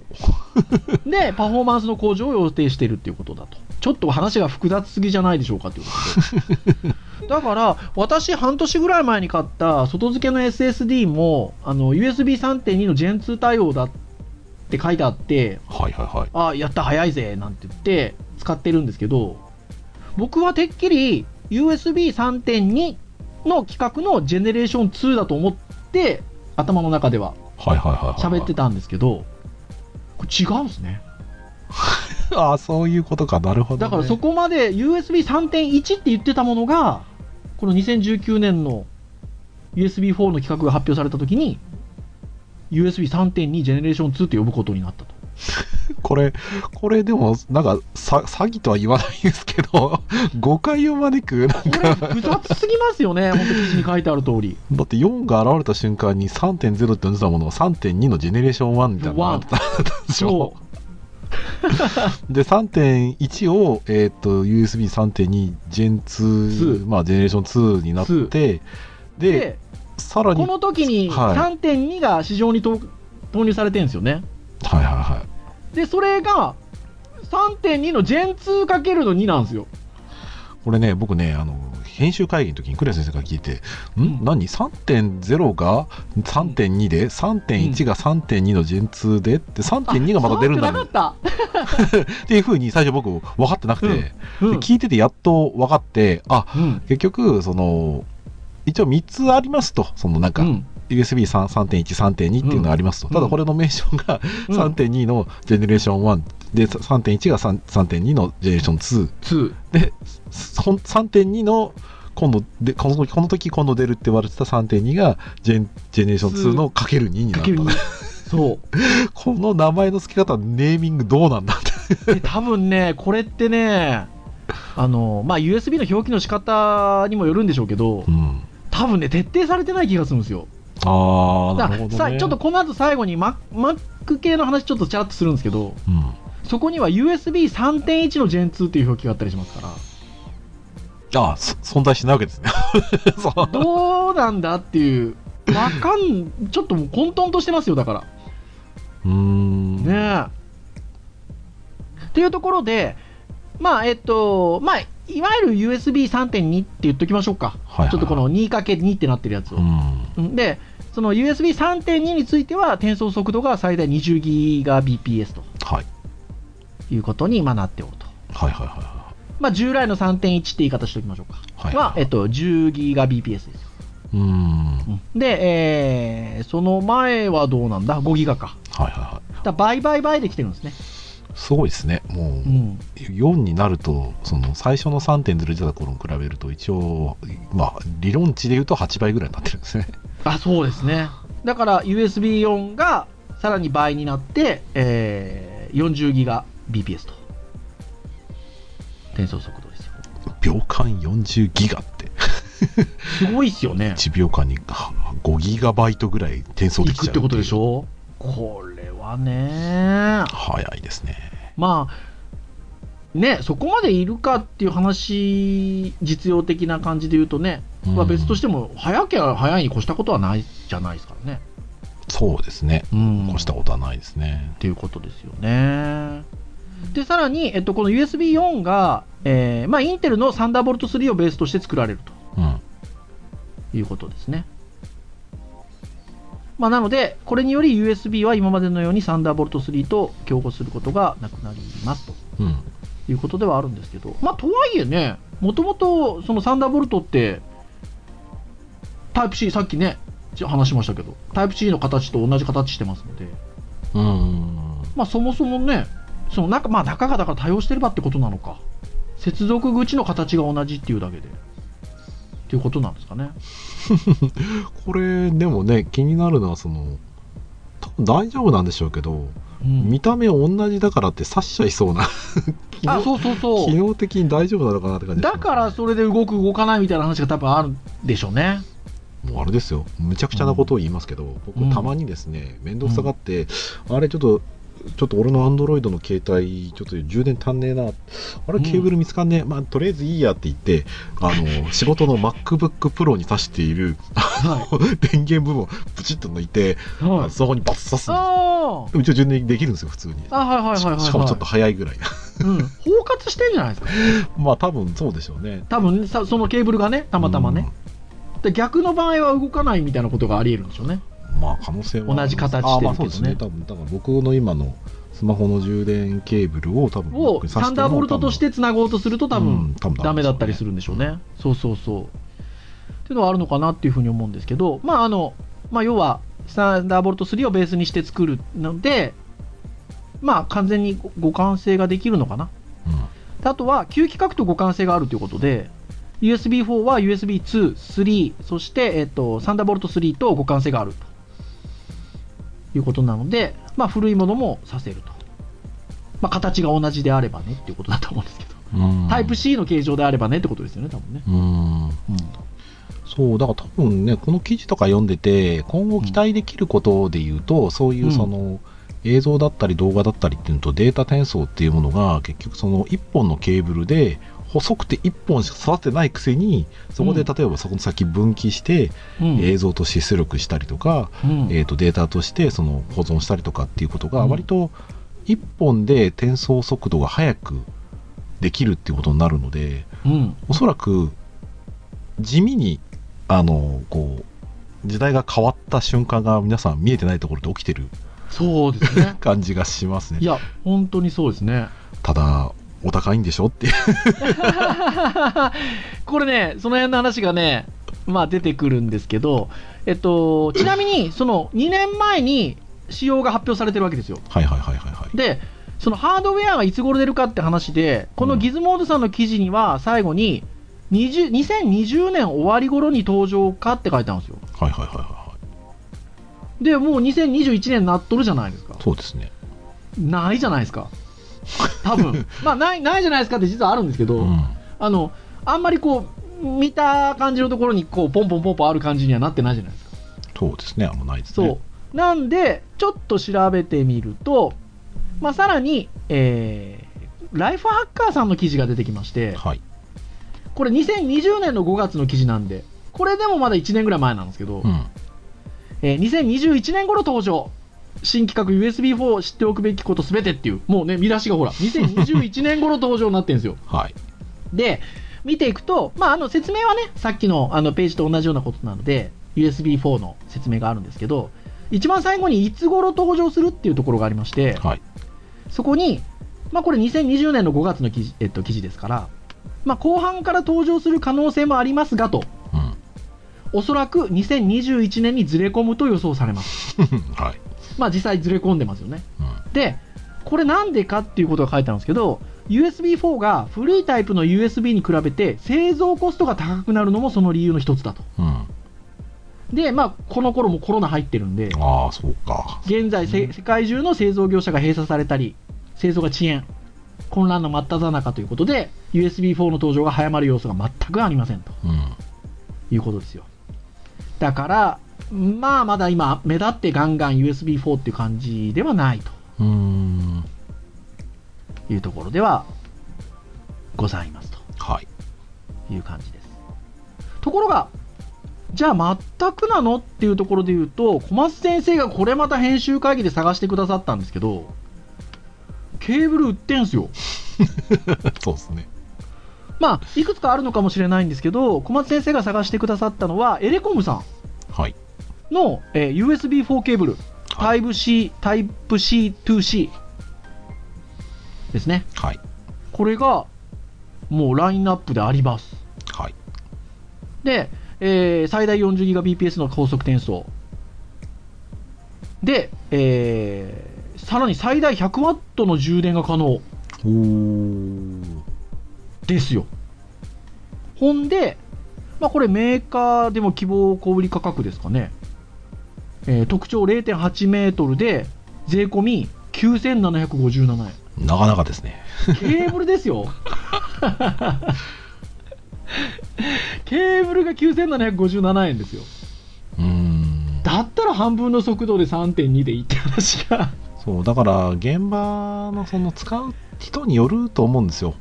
Speaker 4: う。
Speaker 3: で、パフォーマンスの向上を予定しているっていうことだと。ちょっと話が複雑すぎじゃないでしょうかっていうことで。だから、私、半年ぐらい前に買った外付けの SSD も、あの、USB3.2 の Gen2 対応だって書いてあって、
Speaker 4: はいはいはい。
Speaker 3: あ、やった、早いぜ、なんて言って使ってるんですけど、僕はてっきり USB3.2 の規格のジェネレーション2だと思って、頭の中では
Speaker 4: はいはいはいはい。
Speaker 3: 喋ってたんですけど、これ違うんですね。
Speaker 4: た。あ、そういうことか。なるほど、
Speaker 3: だ
Speaker 4: ね。
Speaker 3: からそこまで USB3.1 って言ってたものが、この2019年の USB4 の規格が発表されたときに、USB3.2 ジェネレーション2って呼ぶことになったと。
Speaker 4: これ、これでも、なんか、さ詐欺とは言わないですけど、 誤解を招く、なん
Speaker 3: これ、複雑すぎますよね、本当に記事に書いてある通り。
Speaker 4: だって4が現れた瞬間に3.0って呼んでたものを3.2のジェネレーション1みたいなのがあったでしょ
Speaker 3: そう。
Speaker 4: で3.1を、えー、と USB3.2 ジェン2、
Speaker 3: 2
Speaker 4: まあ、ジェネレーション2になってで
Speaker 3: で、
Speaker 4: さらに
Speaker 3: こ
Speaker 4: はい
Speaker 3: の時に
Speaker 4: はい
Speaker 3: 3.2が市場に投投入されてるんですよね。
Speaker 4: はいは
Speaker 3: で、それが3.2の Gen2× の2なんですよ。
Speaker 4: いこれね僕ねあの編集会議の時にクレア先生が聞いて「ん、
Speaker 3: うん
Speaker 4: 何 ?3.0 が3.2で3.1が3.2のジェン2で?」って3.2がまた出るんだ
Speaker 3: あ
Speaker 4: ね
Speaker 3: そうなってなかっ
Speaker 4: っていうふうに最初僕分かってなくて、
Speaker 3: うん
Speaker 4: で
Speaker 3: た。うん
Speaker 4: 聞いててやっと分かってあ
Speaker 3: うん。
Speaker 4: 結局その一応3つありますとそのなんか
Speaker 3: うん。
Speaker 4: USB3.13.2 っていうのがありますと、
Speaker 3: うん
Speaker 4: ただこれの名称が
Speaker 3: うん
Speaker 4: 3.2のジェネレーション1で3.1が3 3.2のジェネレーション2
Speaker 3: 2。
Speaker 4: でそん3.2の今度でこのこの時今度出るって言われてた3.2がジェンジェネレーション2の ×2 にな
Speaker 3: か
Speaker 4: っ
Speaker 3: ける
Speaker 4: た
Speaker 3: 2。そう。
Speaker 4: この名前の付け方ネーミングどうなんだって
Speaker 3: で多分ね、これってね、あのまあ、USB の表記の仕方にもよるんでしょうけど、
Speaker 4: うん
Speaker 3: 多分ね、徹底されてない気がするんですよ。
Speaker 4: ああ
Speaker 3: だ
Speaker 4: な
Speaker 3: か
Speaker 4: る
Speaker 3: ら
Speaker 4: ほど、ね、
Speaker 3: さちょっとこの後最後にマ Mac 系の話、ちょっとチャラッとするんですけど、
Speaker 4: うん、
Speaker 3: そこには USB3.1 の Gen2 っていう表記があったりしますから、
Speaker 4: ああそ存在しないわけですね そう
Speaker 3: どうなんだっていう、わかん、ちょっともう混沌としてますよ、だから。
Speaker 4: うーん
Speaker 3: ねえ。っていうところで、まあ、えっと、まあ、いわゆる USB3.2 って言っときましょうか。
Speaker 4: はいはいはい
Speaker 3: ちょっとこの 2×2 ってなってるやつ
Speaker 4: う
Speaker 3: を。
Speaker 4: ん
Speaker 3: で、その USB3.2 については、転送速度が最大 20GBps と
Speaker 4: はい
Speaker 3: いうことに今なっておると。
Speaker 4: はいはいはいは
Speaker 3: まあ、従来の3.1って言い方しておきましょうか。
Speaker 4: はい
Speaker 3: は、えっと、10GBps ですよ。
Speaker 4: うーん。はい
Speaker 3: で、えーその前はどうなんだ ?5 ギガか。
Speaker 4: はいはい。
Speaker 3: だから倍倍倍できてるんですね。
Speaker 4: すごいですね。もう
Speaker 3: う、ん。
Speaker 4: 4になると、その最初の3.0出た頃に比べると、一応、まあ、理論値で言うと8倍ぐらいになってるんですね。
Speaker 3: あ、そうですね。だから、USB4 がさらに倍になって、えー、40ギガ BPS と。転送速度ですよ。
Speaker 4: 秒間40ギガって、
Speaker 3: すごいっすよね。
Speaker 4: 1秒間には5ギガバイトぐらい転送で
Speaker 3: 行
Speaker 4: き
Speaker 3: く
Speaker 4: ちゃ
Speaker 3: っ
Speaker 4: う
Speaker 3: てことでし
Speaker 4: ょ
Speaker 3: ょこれはね、
Speaker 4: 早いですね。
Speaker 3: まあ、ね、そこまでいるかっていう話、実用的な感じで言うとね、
Speaker 4: うん
Speaker 3: まあ別としても、早ければ早いに越したことはないじゃないですからね。
Speaker 4: そうですね。
Speaker 3: うん。
Speaker 4: 越したことはないですね。
Speaker 3: っていうことですよね。で、さらに、えっと、この USB4 が、えーまあ、インテルのサンダーボルト3をベースとして作られる
Speaker 4: うん。
Speaker 3: ということですね。まあ、なので、これにより USB は今までのようにサンダーボルト3と競合することがなくなりますと
Speaker 4: うん。
Speaker 3: いうことではあるんですけど、まあ、とはいえね、もともとそのサンダーボルトって、タイプ C、さっきね、ち話しましたけど、タイプ C の形と同じ形してますので、
Speaker 4: うん。
Speaker 3: まあそもそもね、その中、まあ中がだから多用してればってことなのか。接続口の形が同じっていうだけで。っていうことなんですかね。
Speaker 4: これ、でもね、気になるのは、その、多分大丈夫なんでしょうけど、
Speaker 3: うん
Speaker 4: 見た目同じだからって刺しちゃいそうな機
Speaker 3: あ、
Speaker 4: 能
Speaker 3: そうそうそ
Speaker 4: 機
Speaker 3: う。
Speaker 4: 能的に大丈夫なのかなって感じです
Speaker 3: だ
Speaker 4: ね
Speaker 3: からそれで動く動かないみたいな話が多分あるでしょうね。
Speaker 4: もうあれですよむちゃくちゃなことを言いますけど、
Speaker 3: うん
Speaker 4: 僕たまにですね面倒くさがって、あれちょっとちょっと俺のアンドロイドの携帯ちょっと充電足んねえなあれ
Speaker 3: うん
Speaker 4: ケーブル見つかんねえ、まあとりあえずいいやって言ってあ の仕事の MacBookPro に挿している
Speaker 3: は
Speaker 4: 電源部分をブチッと抜いて、
Speaker 3: い。はい。
Speaker 4: スマホにバッサッと
Speaker 3: あー
Speaker 4: うちは充電できるんですよ普通に、
Speaker 3: あ、はいはいはいはい、はい。
Speaker 4: ししかもちょっと早いぐらい
Speaker 3: うん。包括してんじゃないですか。
Speaker 4: まあ多分そうでしょうね
Speaker 3: 多分ねさそのケーブルがね、たまたまね。で逆の場合は動かないみたいなことがあり得るんでしょうね。
Speaker 4: まあ可能性は
Speaker 3: 同じ形
Speaker 4: あ
Speaker 3: してるけどね
Speaker 4: まあそうですね多分だから僕の今のスマホの充電ケーブルを多分
Speaker 3: をサンダーボルトとしてつなごうとすると多分、
Speaker 4: うん多分
Speaker 3: ダメだったりするんでしょうね。そうそうそう。っていうのはあるのかなっていうふうに思うんですけど、まああの、まあ要は、サンダーボルト3をベースにして作るので、まあ完全にご互換性ができるのかな。
Speaker 4: うん
Speaker 3: であとは、旧規格と互換性があるということで、USB4 は USB2、3、そして、えっと、サンダーボルト3と互換性があるということなので、まあ古いものもさせると。まあ形が同じであればねっていうことだと思うんですけど。
Speaker 4: うん
Speaker 3: タイプ C の形状であればねってことですよね、多分ね。
Speaker 4: うんそうだから多分ねこの記事とか読んでて今後期待できることで言うと、そういうその、映像だったり動画だったりっていうのとデータ転送っていうものが結局その1本のケーブルで細くて1本しか育ってないくせにそこで例えばそこの先分岐して
Speaker 3: うん
Speaker 4: 映像として出力したりとか、
Speaker 3: うん
Speaker 4: えー、とデータとしてその保存したりとかっていうことが
Speaker 3: うん
Speaker 4: 割と1本で転送速度が速くできるっていうことになるので
Speaker 3: うん
Speaker 4: おそらく地味にあのこう時代が変わった瞬間が皆さん見えてないところで起きてる。
Speaker 3: そうですね
Speaker 4: 感じがします
Speaker 3: い
Speaker 4: ね
Speaker 3: や、本当にそうですね。
Speaker 4: ただお高いんでしょっていう
Speaker 3: これね、その辺の話がね、まあ出てくるんですけど、えっと、ちなみに、その2年前に仕様が発表されてるわけですよ。
Speaker 4: はいはいはいはいはい
Speaker 3: で、そのハードウェアがいつ頃出るかって話で、このギズモードさんの記事には最後に、20 2020年終わり頃に登場かって書いてあるんですよ。
Speaker 4: はいはいはいは
Speaker 3: で、もう2021年になっとるじゃないですか
Speaker 4: い。そうですね
Speaker 3: ないじゃないですか。多 分。まあ、ない、ないじゃないですかって実はあるんですけど、
Speaker 4: うん
Speaker 3: あの、あんまりこう、見た感じのところに、こう、ポンポンポンポンある感じにはなってないじゃないですか。
Speaker 4: そうですねあんまないです
Speaker 3: そう。
Speaker 4: ね
Speaker 3: なんで、ちょっと調べてみると、まあ、さらに、えー、ライフハッカーさんの記事が出てきまして、
Speaker 4: はい
Speaker 3: これ2020年の5月の記事なんで、これでもまだ1年ぐらい前なんですけど、
Speaker 4: うん
Speaker 3: えー2021年頃登場新企画 USB4 知っておくべきことすべてっていうもうね見出しがほら2021年頃登場になってるんですよ
Speaker 4: はい
Speaker 3: で見ていくと、まあ、あの説明はねさっきのあのページと同じようなことなので USB4 の説明があるんですけど一番最後にいつ頃登場するっていうところがありまして
Speaker 4: はい
Speaker 3: そこに、まあ、これ2020年の5月の記事,、えっと、記事ですからまあ、後半から登場する可能性もありますがと、
Speaker 4: うん。
Speaker 3: おそらく2021年にずれ込むと予想されます。
Speaker 4: はい。
Speaker 3: まあ、実際ずれ込んでますよね。
Speaker 4: うん
Speaker 3: で、これなんでかっていうことが書いてあるんですけど、USB4 が古いタイプの USB に比べて製造コストが高くなるのもその理由の一つだと。
Speaker 4: うん。
Speaker 3: で、まあ、この頃もコロナ入ってるんで、
Speaker 4: ああ、そうか。
Speaker 3: 現在、せ
Speaker 4: うん
Speaker 3: 世界中の製造業者が閉鎖されたり、製造が遅延、混乱の真っ只中ということで、USB4 の登場が早まる要素が全くありませんと
Speaker 4: うん。
Speaker 3: いうことですよ。だから、まあ、まだ今、目立ってガンガン USB4 っていう感じではないと
Speaker 4: うーん。
Speaker 3: いうところではございますと
Speaker 4: はい。
Speaker 3: いう感じです。ところが、じゃあ全くなのっていうところで言うと、小松先生がこれまた編集会議で探してくださったんですけど、ケーブル売ってんすよ。
Speaker 4: そうですね。
Speaker 3: まあ、いくつかあるのかもしれないんですけど、小松先生が探してくださったのは、エレコムさ
Speaker 4: はい。
Speaker 3: んの、えー USB4 ケーブル、
Speaker 4: はい
Speaker 3: Type-C、Type-C2C ですね。
Speaker 4: はい。
Speaker 3: これが、もうラインナップであります。
Speaker 4: はい。
Speaker 3: で、えー最大 40Gbps の高速転送。で、えーさらに最大 100W の充電が可能
Speaker 4: おー。
Speaker 3: ですよ。ほんで、まあ、これメーカーでも希望小売価格ですかね。えー特徴0.8メートルで、税込み9757円。
Speaker 4: なかなかですね。
Speaker 3: ケーブルですよ。ケーブルが9757円ですよ。
Speaker 4: うーん。
Speaker 3: だったら半分の速度で3.2でいいって話が。
Speaker 4: そう、だから、現場のその使う人によると思うんですよ。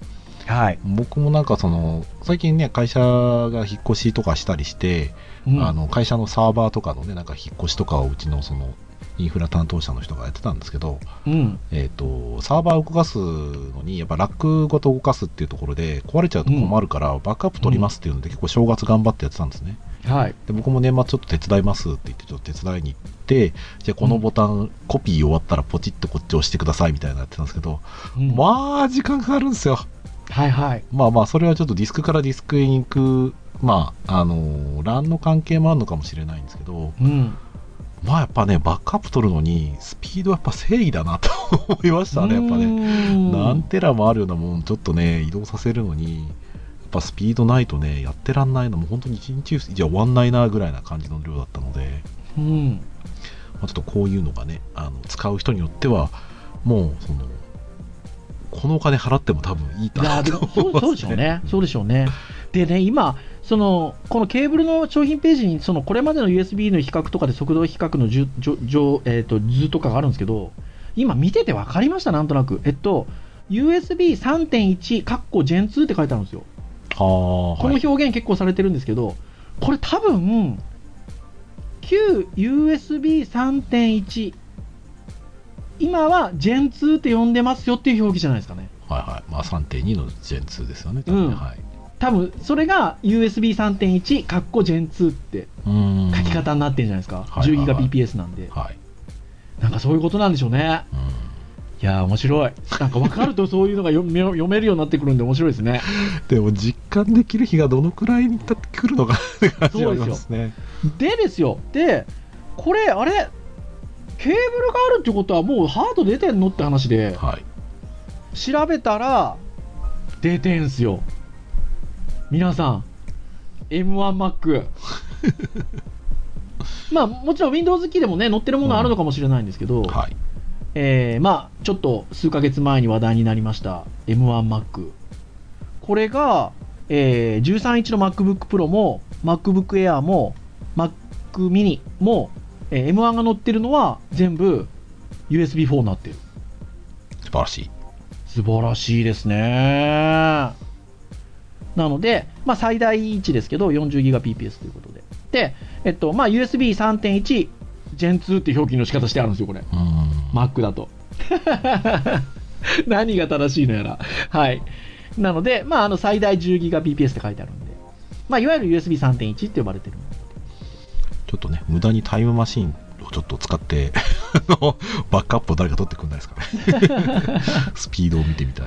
Speaker 3: はい。
Speaker 4: 僕もなんかその、最近ね、会社が引っ越しとかしたりして、あの会社のサーバーとかのね、なんか引っ越しとかをうちのそのインフラ担当者の人がやってたんですけど、
Speaker 3: うん。
Speaker 4: えー、とサーバーを動かすのに、やっぱラックごと動かすっていうところで、壊れちゃうと困るから、バックアップ取りますっていうので、結構正月頑張ってやってたんですね。
Speaker 3: はい。
Speaker 4: で僕も年末ちょっと手伝いますって言って、ちょっと手伝いに行って、じゃあこのボタン、コピー終わったらポチッとこっち押してくださいみたいなのやってたんですけど、
Speaker 3: うん
Speaker 4: まあ、時間かかるんですよ。
Speaker 3: はいはい。
Speaker 4: まあまあ、それはちょっとディスクからディスクへ行く、まあ、あの、LAN の関係もあるのかもしれないんですけど、
Speaker 3: うん。
Speaker 4: まあやっぱね、バックアップ取るのに、スピードはやっぱ正義だなと思いましたね、やっぱね。
Speaker 3: ね
Speaker 4: 何テラもあるようなもん、ちょっとね、移動させるのに、やっぱスピードないとね、やってらんないの、もう本当に1日じゃ終わんないなぐらいな感じの量だったので、
Speaker 3: うん。
Speaker 4: まあ、ちょっとこういうのがね、あの使う人によっては、もう、その、このお金払っても多分いい
Speaker 3: い
Speaker 4: か
Speaker 3: やー
Speaker 4: な
Speaker 3: で
Speaker 4: と
Speaker 3: も
Speaker 4: 思
Speaker 3: そ
Speaker 4: いうます
Speaker 3: そうでしょう ね、そうでしょうね。でね、今、そのこのケーブルの商品ページに、そのこれまでの USB の比較とかで速度比較のじゅじょじょ、えー、と図とかがあるんですけど、今、見てて分かりました、なんとなく。えっと、USB3.1、カッコ Gen2 って書いてあるんですよ。
Speaker 4: はあ、
Speaker 3: こ
Speaker 4: は
Speaker 3: の
Speaker 4: い。
Speaker 3: 表現結構されてるんですけど、これ多分、旧 USB3.1、今は Gen2 って呼んでますよっていう表記じゃないですかね。
Speaker 4: はいはい。まあ3.2のジェン2ですよね、多
Speaker 3: うん
Speaker 4: 分ねはい。
Speaker 3: 多分それが USB3.1 カッコ Gen2 って
Speaker 4: うーん
Speaker 3: 書き。方になってるんじゃないですか、
Speaker 4: はいはいはい
Speaker 3: 10GBps なんで
Speaker 4: はい。
Speaker 3: なんかそういうことなんでしょうね
Speaker 4: うん
Speaker 3: いやー面白いなんか分かるとそういうのが読め読めるようになってくるんで面白いですね
Speaker 4: でも実感できる日がどのくらいにたってくるのかって感じがありますね。
Speaker 3: でですよでこれあれケーブルがあるってことはもうハード出てんのって話で
Speaker 4: はい。
Speaker 3: 調べたら出てんすよ皆さん M1Mac まあもちろん Windows キーでもね載ってるものあるのかもしれないんですけど、
Speaker 4: はい。
Speaker 3: えーまあちょっと数ヶ月前に話題になりました M1Mac これが、えー13インチの MacBookPro も MacBookAir も MacMini も、えー M1 が載ってるのは全部 USB4 になってる
Speaker 4: 素晴らしい。
Speaker 3: 素晴らしいですね。なので、まあ、最大1ですけど、40GBps ということで。で、えっと、まあ、USB3.1、Gen2 って表記の仕方してあるんですよ、これ。
Speaker 4: うーん。
Speaker 3: Mac だと。 何が正しいのやら。はい。なので、まあ、あの、最大 10GBps って書いてあるんで。まあ、いわゆる USB3.1 って呼ばれてるもの。
Speaker 4: ちょっとね、無駄にタイムマシンをちょっと使って、 あの、 バックアップを誰か取ってくんないですかね。スピードを見てみたい。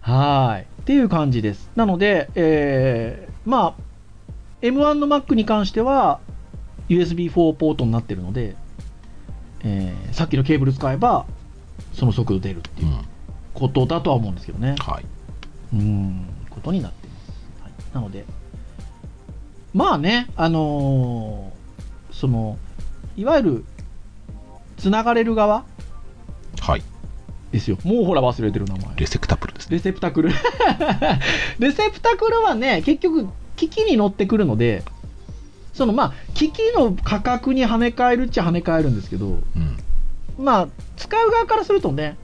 Speaker 3: はい。っていう感じです。なので、えーまあ、M1 の Mac に関しては USB4 ポートになってるので、えーさっきのケーブル使えばその速度出るって
Speaker 4: う。
Speaker 3: いうんことだとは思うんですけどね。
Speaker 4: はい。
Speaker 3: うん、ことになってます。はい、なので、まあね、あのーその、いわゆる、つながれる側
Speaker 4: はい。
Speaker 3: ですよ。もうほら忘れてる名前。
Speaker 4: レセクタブルですね。
Speaker 3: レセプタクル。 レセプタクルはね、結局、機器に乗ってくるので、そのまあ、機器の価格に跳ね返るっちゃ跳ね返るんですけど、
Speaker 4: うん。
Speaker 3: まあ、使う側からするとね、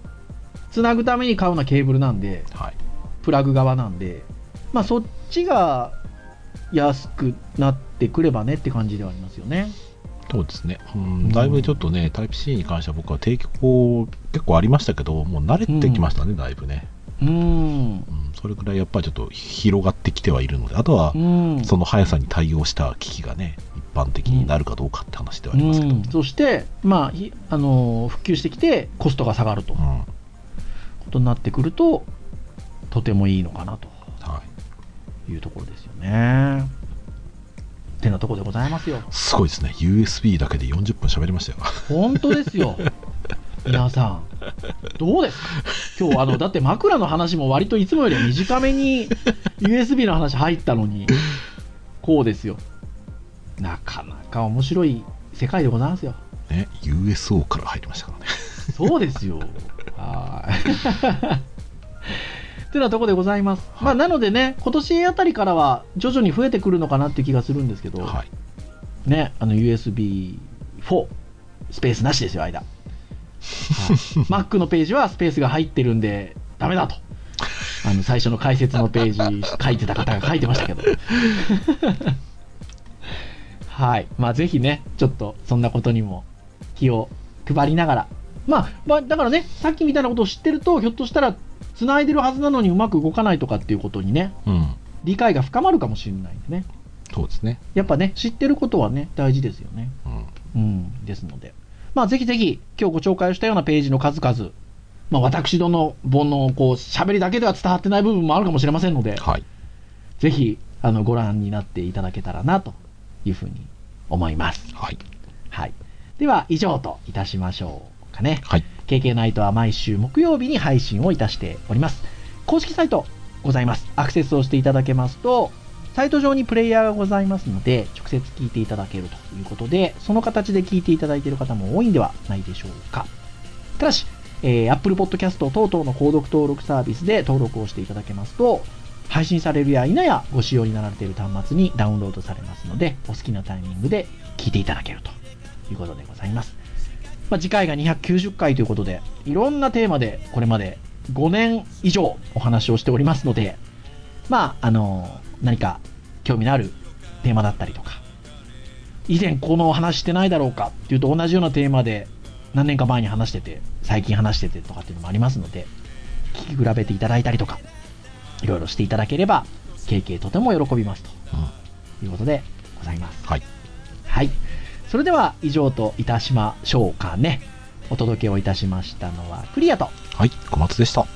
Speaker 3: つなぐために買うのはケーブルなんで、
Speaker 4: はい。
Speaker 3: プラグ側なんで、まあ、そっちが安くなってくればねって感じではありますよね。
Speaker 4: そうですね。うん。だいぶちょっとね、タイプ C に関しては僕は提供結構ありましたけど、もう慣れてきましたね、だいぶね。
Speaker 3: うーん。
Speaker 4: うん。それくらいやっぱりちょっと広がってきてはいるので、あとは
Speaker 3: う、ん。
Speaker 4: その速さに対応した機器がね、一般的になるかどうかって話ではありますけど。
Speaker 3: うんそして、まあ、ひあのー、普及してきて、コストが下がると。
Speaker 4: うん。
Speaker 3: ことになってくるととてもいいのかなと
Speaker 4: はい。
Speaker 3: いうところですよね。てなところでございますよ。
Speaker 4: すごいですね。USB だけで40分喋りましたよ。
Speaker 3: 本当ですよ。皆さん、どうですか今日あの、だって枕の話も割といつもより短めに USB の話入ったのに、こうですよ。なかなか面白い世界でございますよ。
Speaker 4: ね、USO から入りましたからね。
Speaker 3: そうですよ。はーい。てなとこでございます。まあ、なのでね、今年あたりからは徐々に増えてくるのかなって気がするんですけど、
Speaker 4: はい。
Speaker 3: ね、あの USB4、スペースなしですよ、間。はい Mac のページはスペースが入ってるんで、ダメだと。あの最初の解説のページ書いてた方が書いてましたけど。 はい。まあ、ぜひね、ちょっとそんなことにも気を配りながら。まあ、まあ、だからね、さっきみたいなことを知ってると、ひょっとしたら、繋いでるはずなのにうまく動かないとかっていうことにね、
Speaker 4: うん。
Speaker 3: 理解が深まるかもしれないんでね。
Speaker 4: そうですね。
Speaker 3: やっぱね、知ってることはね、大事ですよね。
Speaker 4: うん。
Speaker 3: うん、ですので。まあ、ぜひぜひ、今日ご紹介をしたようなページの数々、まあ、私どの煩悩をこう、喋りだけでは伝わってない部分もあるかもしれませんので、
Speaker 4: はい。
Speaker 3: ぜひ、あの、ご覧になっていただけたらな、というふうに思います。
Speaker 4: はい。
Speaker 3: はい。では、以上といたしましょうかね。
Speaker 4: はい。
Speaker 3: KK ナイトは毎週木曜日に配信をいたしております。公式サイトございます。アクセスをしていただけますと、サイト上にプレイヤーがございますので、直接聞いていただけるということで、その形で聞いていただいている方も多いんではないでしょうか。ただし、えー Apple Podcast 等々の購読登録サービスで登録をしていただけますと、配信されるや否やご使用になられている端末にダウンロードされますので、お好きなタイミングで聞いていただけるということでございます。まあ、次回が290回ということで、いろんなテーマでこれまで5年以上お話をしておりますので、まあ、あの、何か興味のあるテーマだったりとか、以前この話してないだろうかっていうと同じようなテーマで何年か前に話してて、最近話しててとかっていうのもありますので、聞き比べていただいたりとか、いろいろしていただければ、経験とても喜びますと
Speaker 4: うん。
Speaker 3: いうことでございます。
Speaker 4: はい。
Speaker 3: はい。それでは以上といたしましょうかね。お届けをいたしましたのはクリアと。
Speaker 4: はい。小松でした。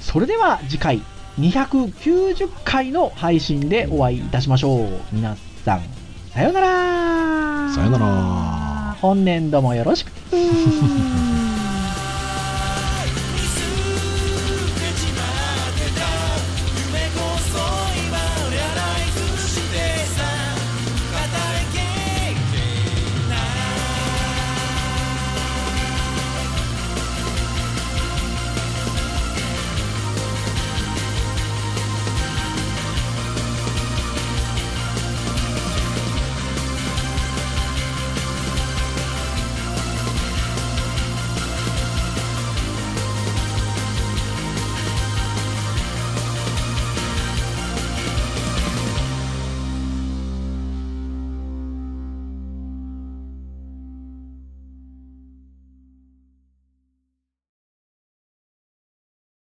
Speaker 3: それでは次回290回の配信でお会いいたしましょう。皆さん、さようなら。
Speaker 4: さようなら。
Speaker 3: 本年度もよろしく。